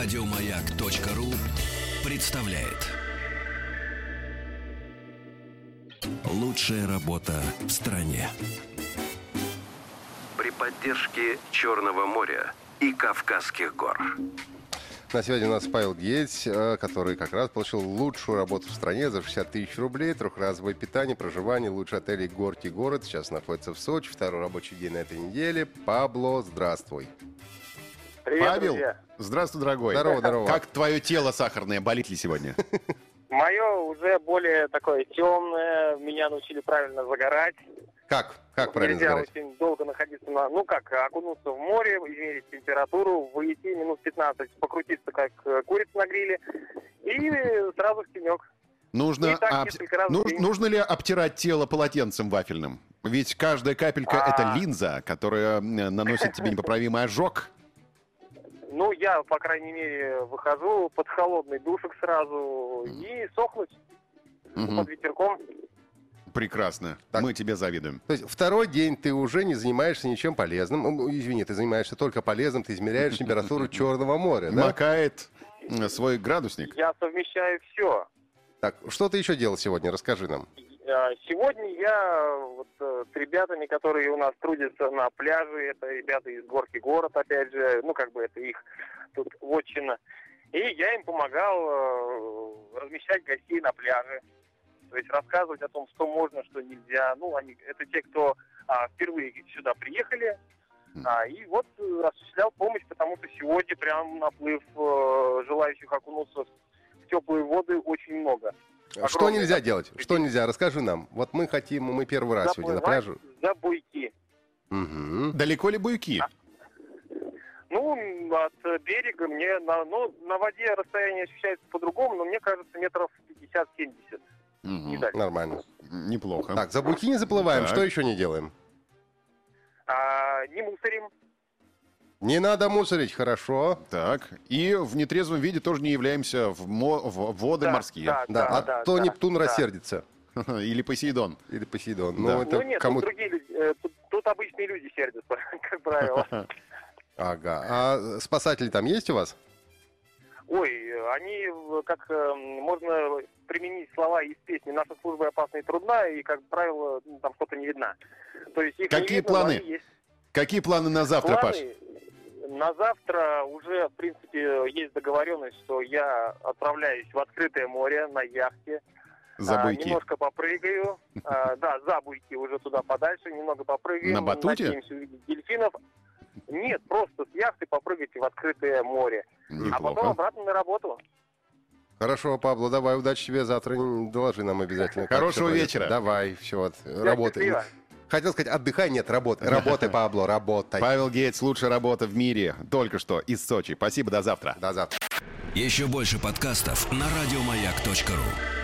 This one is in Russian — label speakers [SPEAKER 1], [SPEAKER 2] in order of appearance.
[SPEAKER 1] Радиомаяк.ру представляет. Лучшая работа в стране.
[SPEAKER 2] при поддержке Черного моря и Кавказских гор.
[SPEAKER 3] На связи у нас Павел Гейтс, э, который как раз получил лучшую работу в стране за 60 тысяч рублей, трехразовое питание, проживание, лучший отель и город и город. Сейчас находится в Сочи, второй рабочий день на этой неделе. Пабло, здравствуй.
[SPEAKER 4] Привет,
[SPEAKER 5] Павел,
[SPEAKER 4] друзья.
[SPEAKER 5] здравствуй, дорогой.
[SPEAKER 3] Здорово, здорово.
[SPEAKER 5] Как твое тело сахарное, болит ли сегодня?
[SPEAKER 4] Мое уже более такое темное. Меня научили правильно загорать.
[SPEAKER 3] Как? Как правильно
[SPEAKER 4] Нельзя
[SPEAKER 3] загорать?
[SPEAKER 4] очень долго находиться на... Ну как, окунуться в море, измерить температуру, выйти минус 15, покрутиться как э, курица на гриле. И сразу в тенек.
[SPEAKER 5] Нужно,
[SPEAKER 4] И так
[SPEAKER 5] об-
[SPEAKER 4] несколько раз в
[SPEAKER 5] нуж-
[SPEAKER 4] день.
[SPEAKER 5] нужно ли обтирать тело полотенцем вафельным? Ведь каждая капелька
[SPEAKER 4] А.
[SPEAKER 5] это линза, которая м, наносит тебе непоправимый ожог.
[SPEAKER 4] Ну, я, по крайней мере, выхожу под холодный душик сразу и сохнуть
[SPEAKER 5] Мгм.
[SPEAKER 4] под ветерком.
[SPEAKER 5] Прекрасно.
[SPEAKER 3] Так.
[SPEAKER 5] Мы тебе завидуем.
[SPEAKER 3] То есть второй день ты уже не занимаешься ничем полезным. Ну, Извини, ты занимаешься только полезным, ты измеряешь температуру Черного моря, да?
[SPEAKER 5] Макает м, свой градусник.
[SPEAKER 4] Я совмещаю все.
[SPEAKER 3] Так, что ты еще делал сегодня? Расскажи нам.
[SPEAKER 4] Э, Сегодня я вот, э, с ребятами, которые у нас трудятся на пляже, это ребята из горки город, опять же, ну как бы это их тут вотчина. И я им помогал э, размещать гостей на пляже, то есть рассказывать о том, что можно, что нельзя. Ну, они, это те, кто а, впервые сюда приехали. А, и вот э, осуществлял помощь, потому что сегодня прям наплыв э, желающих окунуться в теплые воды очень много.
[SPEAKER 3] Что
[SPEAKER 4] Огромный
[SPEAKER 3] нельзя
[SPEAKER 4] такой
[SPEAKER 3] делать? Что нельзя? Расскажи нам. Вот мы хотим, мы первый раз сегодня на
[SPEAKER 4] Заплывать
[SPEAKER 3] пляже.
[SPEAKER 4] За буйки.
[SPEAKER 3] Мгм.
[SPEAKER 5] Далеко ли буйки?
[SPEAKER 4] Ну, м, от э, берега мне на, ну, на воде расстояние ощущается по-другому, но мне кажется метров 50-70.
[SPEAKER 5] Мгм.
[SPEAKER 4] не дальше.
[SPEAKER 3] Нормально.
[SPEAKER 5] Неплохо.
[SPEAKER 3] Так, за буки не заплываем.
[SPEAKER 5] Так.
[SPEAKER 3] Что еще не делаем?
[SPEAKER 4] А, не мусорим.
[SPEAKER 3] Не надо мусорить, хорошо.
[SPEAKER 5] Так. И в нетрезвом виде тоже не являемся в, мо- в воды
[SPEAKER 4] Да,
[SPEAKER 5] морские.
[SPEAKER 4] да,
[SPEAKER 3] Да, а
[SPEAKER 4] да,
[SPEAKER 3] то
[SPEAKER 4] да,
[SPEAKER 3] Нептун
[SPEAKER 4] да.
[SPEAKER 3] рассердится.
[SPEAKER 5] Или Посейдон.
[SPEAKER 3] Или Посейдон.
[SPEAKER 5] Да.
[SPEAKER 3] Ну, это
[SPEAKER 4] ну нет,
[SPEAKER 3] кому...
[SPEAKER 4] тут другие люди, э, тут, тут обычные люди сердятся, как правило.
[SPEAKER 3] Ага. А спасатели там есть у вас?
[SPEAKER 4] Ой, э, они э, как э, можно применить слова из песни «Наша служба опасна и трудна», и, как правило, ну, там что-то не видно. То есть их не
[SPEAKER 5] Какие
[SPEAKER 4] видно, но
[SPEAKER 5] планы?
[SPEAKER 4] они есть.
[SPEAKER 5] Какие планы на завтра, Паш?
[SPEAKER 4] Планы На завтра уже, в принципе, есть договоренность, что я отправляюсь в открытое море на яхте.
[SPEAKER 5] За
[SPEAKER 4] А,
[SPEAKER 5] буйки.
[SPEAKER 4] немножко попрыгаю. А, да, за буйки уже туда подальше, немного попрыгаем.
[SPEAKER 5] На батуте?
[SPEAKER 4] Надеемся увидеть дельфинов. Нет, просто с яхты попрыгайте в открытое море. А потом
[SPEAKER 5] Неплохо.
[SPEAKER 4] обратно на работу.
[SPEAKER 3] Хорошо, Пабло, давай, удачи тебе завтра. н- Доложи нам обязательно. как
[SPEAKER 5] Хорошего
[SPEAKER 3] всё пройдет.
[SPEAKER 5] вечера.
[SPEAKER 3] Давай, все, от,
[SPEAKER 4] Всё,
[SPEAKER 3] работай.
[SPEAKER 4] счастливо.
[SPEAKER 3] Хотел сказать, отдыхай, нет, работай. Работай, Пабло, работай.
[SPEAKER 5] Павел Гейтс, лучшая работа в мире. Только что из Сочи. Спасибо, до завтра.
[SPEAKER 3] До завтра.
[SPEAKER 1] Еще больше подкастов на радиомаяк.ру.